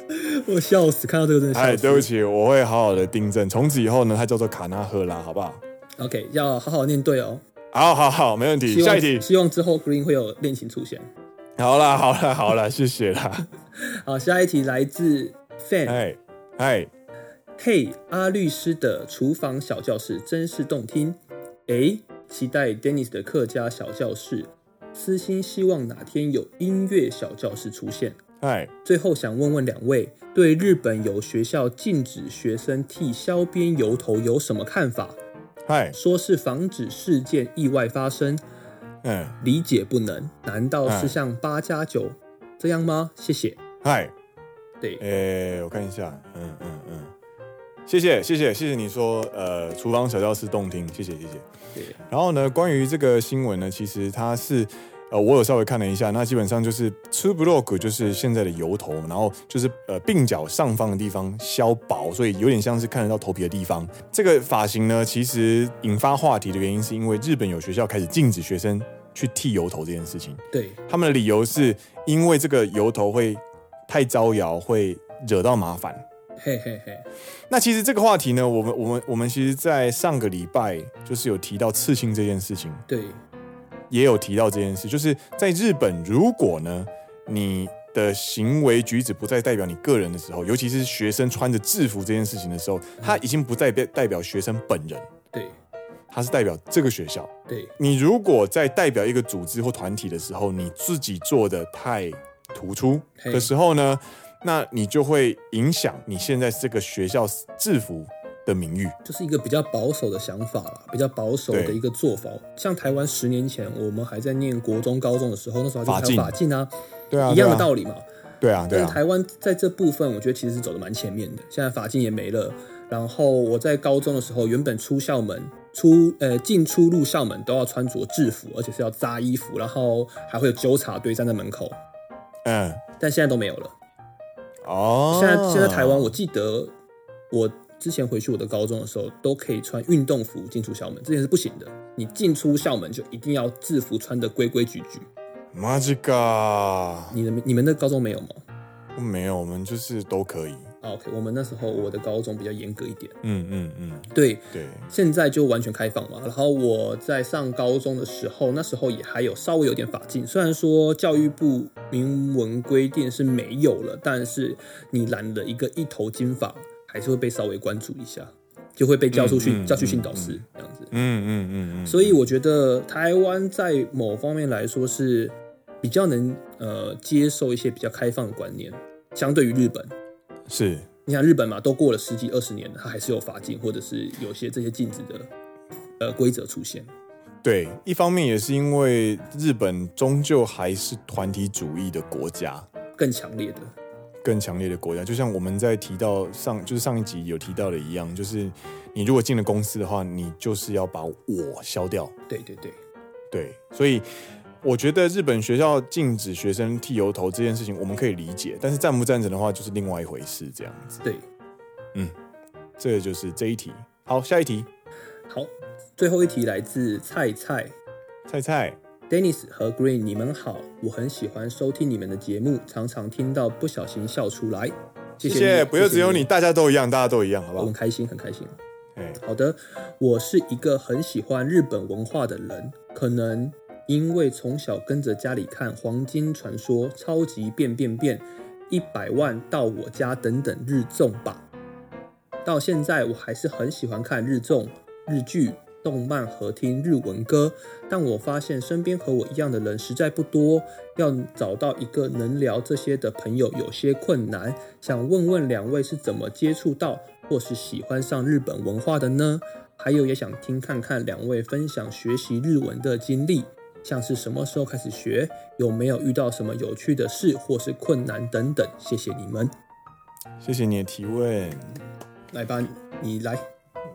[SPEAKER 2] 我笑死，看到这个真的
[SPEAKER 1] 哎，
[SPEAKER 2] 笑
[SPEAKER 1] 对不
[SPEAKER 2] 死。
[SPEAKER 1] 起，我会好好的订正。从此以后呢，它叫做卡纳赫拉，好不好？
[SPEAKER 2] OK，要好好念对哦。
[SPEAKER 1] 好好好，没问题。
[SPEAKER 2] 希
[SPEAKER 1] 下
[SPEAKER 2] 望
[SPEAKER 1] 一题，
[SPEAKER 2] 希望之后 Green 会有恋情出现。
[SPEAKER 1] 好啦，好啦，好啦，谢谢啦。
[SPEAKER 2] 好，下一题来自 Fan。
[SPEAKER 1] 哎哎，
[SPEAKER 2] 嘿，阿律师的厨房小教室真是动听。哎，期待 Dennis 的客家小教室。私心希望哪天有音乐小教室出现。
[SPEAKER 1] 哎，
[SPEAKER 2] 最后想问问两位，对日本有学校禁止学生剃削边油头有什么看法？
[SPEAKER 1] 嗨，
[SPEAKER 2] 说是防止事件意外发生，
[SPEAKER 1] 嗯，
[SPEAKER 2] 理解不能？难道是
[SPEAKER 1] 嗯
[SPEAKER 2] 像八加九这样吗？谢谢。
[SPEAKER 1] 嗨，
[SPEAKER 2] 对，
[SPEAKER 1] 哎，我看一下，嗯嗯嗯，谢谢谢谢谢谢你说，呃，厨房小教室动听，谢谢谢谢。
[SPEAKER 2] 对，
[SPEAKER 1] 然后呢，关于这个新闻呢，其实它是。呃，我有稍微看了一下，那基本上就是粗 block，就是现在的油头，然后就是呃鬓角上方的地方削薄，所以有点像是看得到头皮的地方。这个发型呢，其实引发话题的原因是因为日本有学校开始禁止学生去剃油头这件事情。
[SPEAKER 2] 对，
[SPEAKER 1] 他们的理由是因为这个油头会太招摇，会惹到麻烦。
[SPEAKER 2] 嘿嘿嘿，
[SPEAKER 1] 那其实这个话题呢，我们我们我们其实，在上个礼拜就是有提到刺青这件事情，
[SPEAKER 2] 对，
[SPEAKER 1] 也有提到这件事，就是在日本，如果呢你的行为举止不再代表你个人的时候，尤其是学生穿着制服这件事情的时候，它已经不再代代表学生本人，
[SPEAKER 2] 对，
[SPEAKER 1] 它是代表这个学校。
[SPEAKER 2] 对，
[SPEAKER 1] 你如果在代表一个组织或团体的时候，你自己做的太突出
[SPEAKER 2] 嘿
[SPEAKER 1] 的时候呢，那你就会影响你现在这个学校制服的名誉。
[SPEAKER 2] 就是一个比较保守的想法啦，比较保守的
[SPEAKER 1] 对
[SPEAKER 2] 一个做法。像台湾十年前我们还在念国中、高中的时候，那时候就
[SPEAKER 1] 法
[SPEAKER 2] 还
[SPEAKER 1] 禁
[SPEAKER 2] 有法禁啊，
[SPEAKER 1] 对啊，
[SPEAKER 2] 一样的
[SPEAKER 1] 对啊
[SPEAKER 2] 道理嘛。
[SPEAKER 1] 对啊，对
[SPEAKER 2] 但是
[SPEAKER 1] 啊，
[SPEAKER 2] 台湾在这部分，我觉得其实是走的蛮前面的。现在法禁也没了，然后我在高中的时候，原本出校门、出呃进出入校门都要穿着制服，而且是要扎衣服，然后还会有纠察队站在门口，
[SPEAKER 1] 嗯，
[SPEAKER 2] 但现在都没有了。
[SPEAKER 1] 哦，
[SPEAKER 2] 现在现在台湾，我记得我之前回去我的高中的时候，都可以穿运动服进出校门，之前是不行的。你进出校门就一定要制服穿的规规矩矩。
[SPEAKER 1] 马吉嘎，
[SPEAKER 2] 你的你们的高中没有吗
[SPEAKER 1] 没有，我们就是都可以，
[SPEAKER 2] 啊？OK，我们那时候我的高中比较严格一点，
[SPEAKER 1] 嗯嗯嗯，
[SPEAKER 2] 对，
[SPEAKER 1] 对，
[SPEAKER 2] 现在就完全开放嘛。然后我在上高中的时候，那时候也还有稍微有点法禁，虽然说教育部明文规定是没有了，但是你染了一个一头金发，还是会被稍微关注一下，就会被叫出去、
[SPEAKER 1] 嗯嗯
[SPEAKER 2] 叫去训导室、这样子。
[SPEAKER 1] 嗯嗯嗯嗯，
[SPEAKER 2] 所以我觉得台湾在某方面来说是比较能呃接受一些比较开放的观念，相对于日本。
[SPEAKER 1] 是
[SPEAKER 2] 你想日本嘛，都过了十几二十年了，它还是有法禁或者是有些这些禁止的呃规则出现。
[SPEAKER 1] 对，一方面也是因为日本终究还是团体主义的国家，
[SPEAKER 2] 更强烈的。
[SPEAKER 1] 更强烈的国家，就像我们在提到上，就是上一集有提到的一样，就是你如果进了公司的话，你就是要把我消掉。
[SPEAKER 2] 对对对，
[SPEAKER 1] 对，所以我觉得日本学校禁止学生剃油头这件事情，我们可以理解，但是赞不赞成的话，就是另外一回事。这样子，
[SPEAKER 2] 对，
[SPEAKER 1] 这就是这一题。好，下一题，
[SPEAKER 2] 好，最后一题来自菜菜
[SPEAKER 1] 菜菜，
[SPEAKER 2] Dennis 和 Green，你们好，我很喜欢收听你们的节目，常常听到不小心笑出来，谢
[SPEAKER 1] 谢
[SPEAKER 2] 你嗯
[SPEAKER 1] 谢，不要只有，
[SPEAKER 2] 谢
[SPEAKER 1] 你，大家都一样，大家都一样，好不
[SPEAKER 2] 我很
[SPEAKER 1] 好？
[SPEAKER 2] 开心，很开心。
[SPEAKER 1] 哎，
[SPEAKER 2] 好的，我是一个很喜欢日本文化的人，可能因为从小跟着家里看《黄金传说》《超级变变变》《一百万到我家》等等日综吧，到现在我还是很喜欢看日综、日剧、动漫和听日文歌。但我发现身边和我一样的人实在不多，要找到一个能聊这些的朋友有些困难。想问问两位是怎么接触到或是喜欢上日本文化的呢？还有也想听看看两位分享学习日文的经历，像是什么时候开始学，有没有遇到什么有趣的事或是困难等等。谢谢你们，
[SPEAKER 1] 谢谢你的提问，
[SPEAKER 2] 来吧，你来，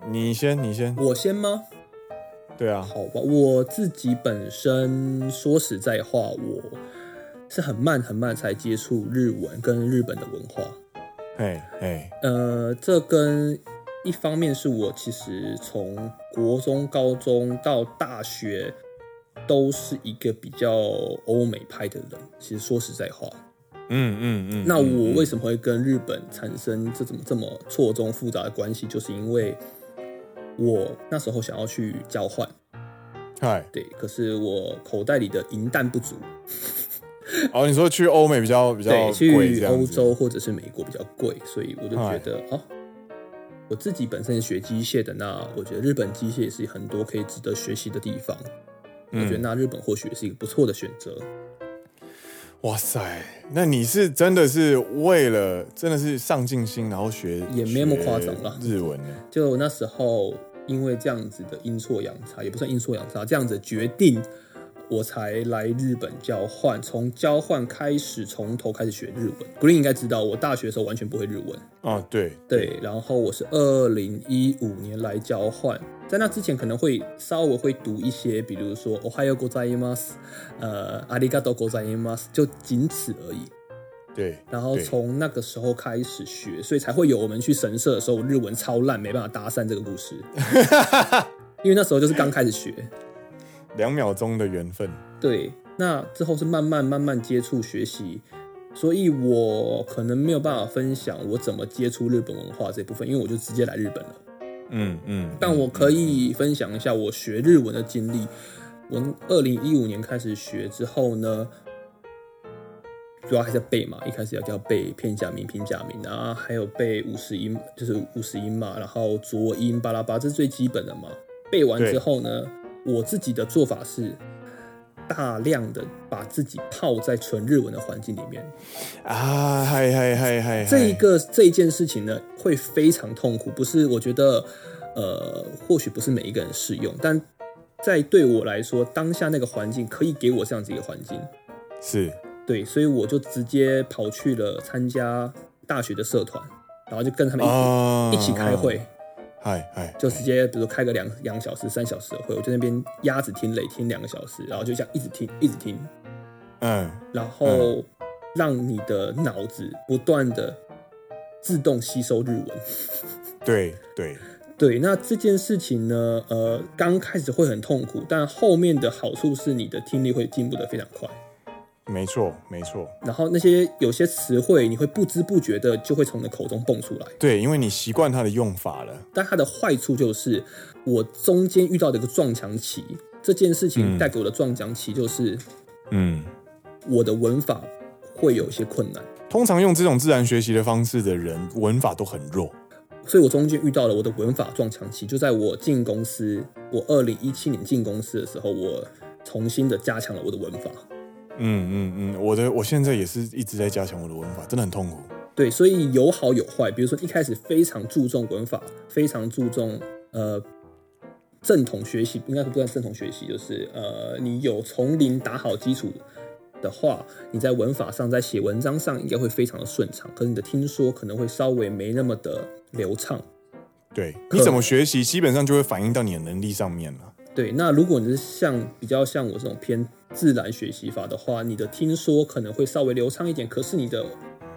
[SPEAKER 1] 你先，你先，
[SPEAKER 2] 我先吗？
[SPEAKER 1] 对啊，
[SPEAKER 2] 好吧，我自己本身说实在话，我是很慢很慢才接触日文跟日本的文化。
[SPEAKER 1] 哎哎，
[SPEAKER 2] 呃，这跟一方面是我其实从国中、高中到大学都是一个比较欧美派的人。其实说实在话，
[SPEAKER 1] 嗯嗯嗯。
[SPEAKER 2] 那我为
[SPEAKER 1] 为
[SPEAKER 2] 什么会跟日本产生这种这么错综复杂的关系，就是因为我那时候想要去交换，
[SPEAKER 1] 嗨，
[SPEAKER 2] 对，可是我口袋里的银弹不足，
[SPEAKER 1] 哦，你说去欧美比较比较
[SPEAKER 2] 对，
[SPEAKER 1] 贵
[SPEAKER 2] 去
[SPEAKER 1] 这样
[SPEAKER 2] 欧
[SPEAKER 1] 子
[SPEAKER 2] 洲或者是美国比较贵，所以我就觉得哦，我自己本身是学机械的，那我觉得日本机械也是很多可以值得学习的地方，我
[SPEAKER 1] 嗯
[SPEAKER 2] 觉得那日本或许也是一个不错的选择。
[SPEAKER 1] 哇塞，那你是真的是为了真的是上进心，然后学
[SPEAKER 2] 也没那么夸张啦
[SPEAKER 1] 学日文呢？
[SPEAKER 2] 就我那时候因为这样子的阴错阳差，也不算阴错阳差，这样子的决定，我才来日本交换。从交换开始，从头开始学日文。Green 应该知道，我大学的时候完全不会日文。
[SPEAKER 1] 啊，对，
[SPEAKER 2] 对，然后我是二零一五年来交换，在那之前可能会稍微会读一些，比如说 “ohio g o z a i m a s 呃 “arigato g o z a i m a s 就仅此而已。
[SPEAKER 1] 对，
[SPEAKER 2] 然后
[SPEAKER 1] 对
[SPEAKER 2] 从那个时候开始学，所以才会有我们去神社的时候，我日文超烂，没办法搭讪这个故事。因为那时候就是刚开始学，
[SPEAKER 1] 两秒钟的缘分，
[SPEAKER 2] 对，那之后是慢慢慢慢接触学习，所以我可能没有办法分享我怎么接触日本文化这部分，因为我就直接来日本了。
[SPEAKER 1] 嗯嗯，
[SPEAKER 2] 但我可以分享一下我学日文的经历。我二零一五年开始学之后呢，主要还是背嘛，一开始要要背片假名、平假名啊，还有背五十音，就是五十音嘛，然后浊音、巴拉巴，这是最基本的嘛。背完之后呢，我自己的做法是大量的把自己泡在纯日文的环境里面，
[SPEAKER 1] 啊，嗨嗨嗨嗨，
[SPEAKER 2] 这一
[SPEAKER 1] 嗨
[SPEAKER 2] 个这一件事情呢，会非常痛苦。不是，我觉得，呃，或许不是每一个人适用，但在对我来说，当下那个环境可以给我这样子一个环境，
[SPEAKER 1] 是
[SPEAKER 2] 对，所以我就直接跑去了参加大学的社团，然后就跟他们一起、
[SPEAKER 1] 啊，
[SPEAKER 2] 一起开会，
[SPEAKER 1] 嗨嗨，
[SPEAKER 2] 就直接比如说开个两两小时、三小时的会，我就在那边鸭子听雷听两个小时，然后就这样一直听一直听，
[SPEAKER 1] 嗯，
[SPEAKER 2] 然后让你的脑子不断的自动吸收日文。
[SPEAKER 1] 对对，
[SPEAKER 2] 对，那这件事情呢，呃，刚开始会很痛苦，但后面的好处是你的听力会进步的非常快，
[SPEAKER 1] 没错没错，
[SPEAKER 2] 然后那些有些词汇，你会不知不觉的就会从你的口中蹦出来。
[SPEAKER 1] 对，因为你习惯它的用法了，
[SPEAKER 2] 但它的坏处就是，我中间遇到的一个撞墙期，这件事情带给我的撞墙期就是
[SPEAKER 1] 嗯。
[SPEAKER 2] 我的文法会有一些困难，
[SPEAKER 1] 通常用这种自然学习的方式的人，文法都很弱。
[SPEAKER 2] 所以我中间遇到了我的文法撞墙期，就在我进公司，我二零一七年进公司的时候，我重新的加强了我的文法。
[SPEAKER 1] 嗯嗯嗯，我的我现在也是一直在加强我的文法，真的很痛苦。
[SPEAKER 2] 对，所以有好有坏。比如说一开始非常注重文法，非常注重呃正统学习，应该不算正统学习，就是呃你有从零打好基础的话，你在文法上，在写文章上应该会非常的顺畅。可是你的听说可能会稍微没那么的流畅。
[SPEAKER 1] 对，
[SPEAKER 2] 可
[SPEAKER 1] 你怎么学习，基本上就会反映到你的能力上面了。
[SPEAKER 2] 对，那如果你是像比较像我这种偏自然学习法的话，你的听说可能会稍微流畅一点，可是你的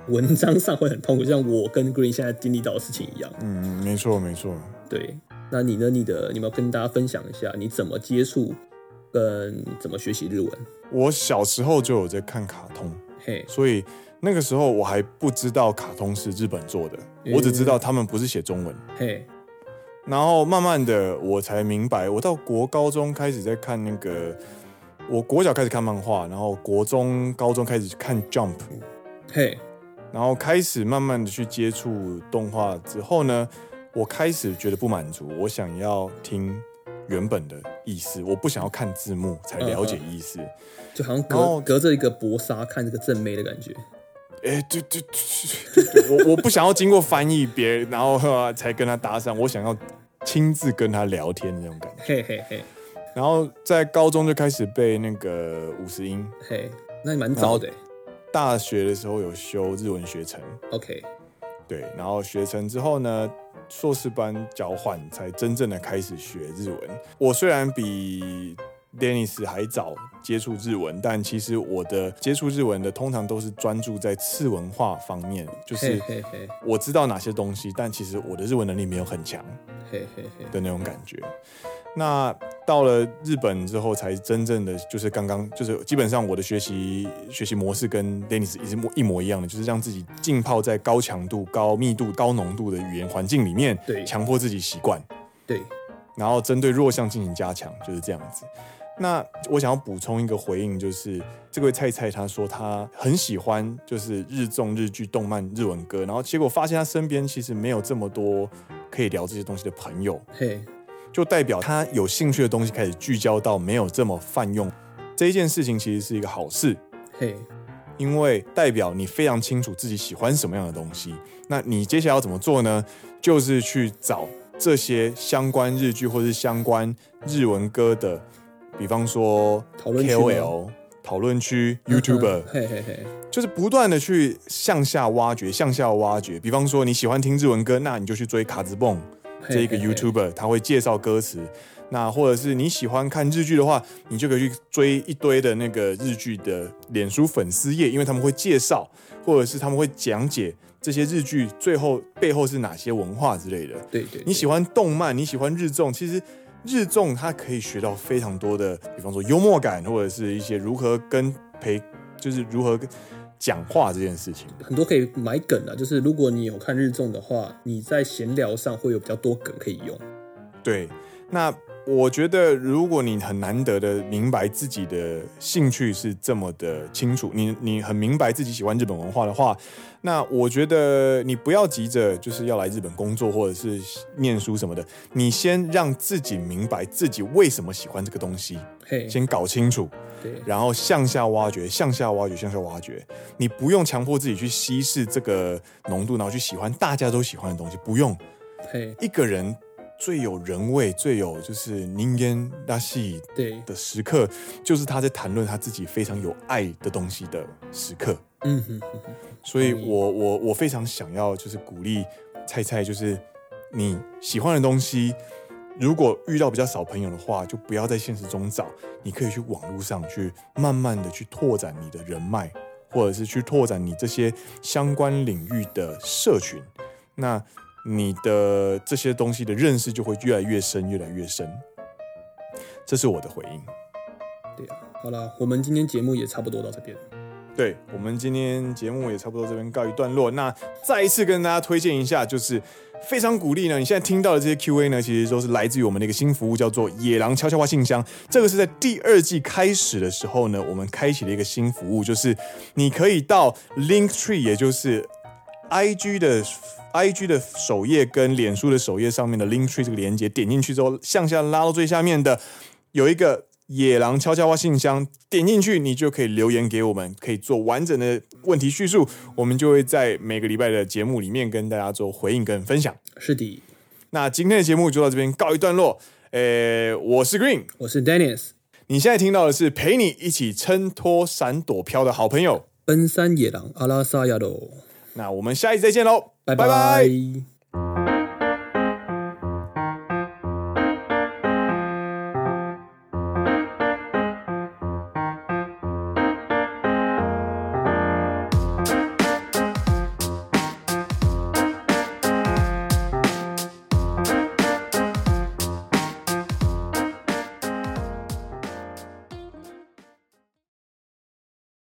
[SPEAKER 2] 文章上会很痛苦，就像我跟 Green 现在经历到的事情一样。
[SPEAKER 1] 嗯，没错没错。
[SPEAKER 2] 对，那你呢？你的你们要跟大家分享一下你怎么接触跟怎么学习日文？
[SPEAKER 1] 我小时候就有在看卡通，
[SPEAKER 2] 嘿，
[SPEAKER 1] 所以那个时候我还不知道卡通是日本做的，
[SPEAKER 2] 嗯
[SPEAKER 1] 我只知道他们不是写中文。
[SPEAKER 2] 嘿，
[SPEAKER 1] 然后慢慢的我才明白，我到国高中开始在看那个，我国小开始看漫画，然后国中、高中开始看 Jump，
[SPEAKER 2] 嘿，
[SPEAKER 1] 然后开始慢慢的去接触动画之后呢，我开始觉得不满足，我想要听原本的意思，我不想要看字幕才了解意思。
[SPEAKER 2] 就好像
[SPEAKER 1] 然后
[SPEAKER 2] 隔隔着一个薄纱看这个正妹的感觉。
[SPEAKER 1] 哎、对对对对对，我我不想要经过翻译别人，然后、呃才跟他搭讪，我想要亲自跟他聊天那种感觉。
[SPEAKER 2] 嘿嘿嘿
[SPEAKER 1] 然后在高中就开始背那个五十音，
[SPEAKER 2] 嘿，那你蛮
[SPEAKER 1] 然
[SPEAKER 2] 早
[SPEAKER 1] 后
[SPEAKER 2] 的欸。
[SPEAKER 1] 大学的时候有修日文学程，
[SPEAKER 2] 欸 OK，
[SPEAKER 1] 对，然后学成之后呢，硕士班交换才真正的开始学日文。我虽然比 Dennis 还早接触日文，但其实我的接触日文的通常都是专注在次文化方面，就
[SPEAKER 2] 嘿
[SPEAKER 1] 是
[SPEAKER 2] 嘿嘿
[SPEAKER 1] 我知道哪些东西，但其实我的日文能力没有很强
[SPEAKER 2] 嘿嘿嘿，
[SPEAKER 1] 的那种感觉。那到了日本之后，才真正的就是刚刚就是基本上我的学习学习模式跟 Dennis 一模一模一样的，就是让自己浸泡在高强度、高密度、高浓度的语言环境里面，
[SPEAKER 2] 对
[SPEAKER 1] 强迫自己习惯，
[SPEAKER 2] 对，
[SPEAKER 1] 然后针对弱项进行加强，就是这样子。那我想要补充一个回应，就是这位菜菜他说他很喜欢就是日综、日剧、动漫、日文歌，然后结果发现他身边其实没有这么多可以聊这些东西的朋友，
[SPEAKER 2] 嘿，
[SPEAKER 1] 就代表他有兴趣的东西开始聚焦到没有这么泛用。这一件事情其实是一个好事，
[SPEAKER 2] 嘿，
[SPEAKER 1] 因为代表你非常清楚自己喜欢什么样的东西。那你接下来要怎么做呢？就是去找这些相关日剧或是相关日文歌的，比方说
[SPEAKER 2] 讨论区吗嗯
[SPEAKER 1] KOL 讨论区、YouTuber，、
[SPEAKER 2] 嘿嘿嘿，
[SPEAKER 1] 就是不断的去向下挖掘、向下挖掘。比方说你喜欢听日文歌，那你就去追卡兹蹦。
[SPEAKER 2] 嘿
[SPEAKER 1] 这一个
[SPEAKER 2] 嘿嘿
[SPEAKER 1] YouTuber，他会介绍歌词。那或者是你喜欢看日剧的话，你就可以去追一堆的那个日剧的脸书粉丝页，因为他们会介绍，或者是他们会讲解这些日剧最后背后是哪些文化之类的。
[SPEAKER 2] 对对，
[SPEAKER 1] 你喜
[SPEAKER 2] 欢
[SPEAKER 1] 欢动漫，你喜欢日综，其实日综它可以学到非常多的，比方说幽默感，或者是一些如何跟陪，就是如何跟讲话这件事情。
[SPEAKER 2] 很多可以买梗啊，就是如果你有看日综的话，你在闲聊上会有比较多梗可以用。
[SPEAKER 1] 对，那我觉得如果你很难得的明白自己的兴趣是这么的清楚，你你很明白自己喜欢日本文化的话，那我觉得你不要急着就是要来日本工作或者是念书什么的，你先让自己明白自己为什么喜欢这个东西，
[SPEAKER 2] 嘿，
[SPEAKER 1] 先搞清楚，
[SPEAKER 2] 对，
[SPEAKER 1] 然后向下挖掘，向下挖掘，向下挖掘。你不用强迫自己去稀释这个浓度，然后去喜欢大家都喜欢的东西，不用。
[SPEAKER 2] 嘿，
[SPEAKER 1] 一个人最有人味、最有就是人间大戏
[SPEAKER 2] 对，
[SPEAKER 1] 的时刻，就是他在谈论他自己非常有爱的东西的时刻。
[SPEAKER 2] 嗯哼哼，
[SPEAKER 1] 所以
[SPEAKER 2] 同意
[SPEAKER 1] 我我我非常想要就是鼓励菜菜，就是你喜欢的东西，如果遇到比较少朋友的话，就不要在现实中找，你可以去网络上去慢慢的去拓展你的人脉，或者是去拓展你这些相关领域的社群，那你的这些东西的认识就会越来越深，越来越深。这是我的回应。
[SPEAKER 2] 对啊。好啦，我们今天节目也差不多到这边。
[SPEAKER 1] 对我们今天节目也差不多这边告一段落。那再一次跟大家推荐一下，就是非常鼓励呢。你现在听到的这些 Q&A 呢，其实都是来自于我们的一个新服务，叫做“野狼悄悄话信箱”。这个是在第二季开始的时候呢，我们开启了一个新服务，就是你可以到 Linktree，也就是 IG 的 IG 的首页跟脸书的首页上面的 Linktree 这个连接，点进去之后向下拉到最下面的有一个野狼悄悄话信箱，点进去你就可以留言给我们，可以做完整的问题叙述，我们就会在每个礼拜的节目里面跟大家做回应跟分享。
[SPEAKER 2] 是的，
[SPEAKER 1] 那今天的节目就到这边告一段落。呃，我是 Green，
[SPEAKER 2] 我是 Dennis，
[SPEAKER 1] 你现在听到的是陪你一起撑托闪躲飘的好朋友。
[SPEAKER 2] 奔山野狼阿拉萨亚罗，
[SPEAKER 1] 那我们下一集再见喽，
[SPEAKER 2] 拜拜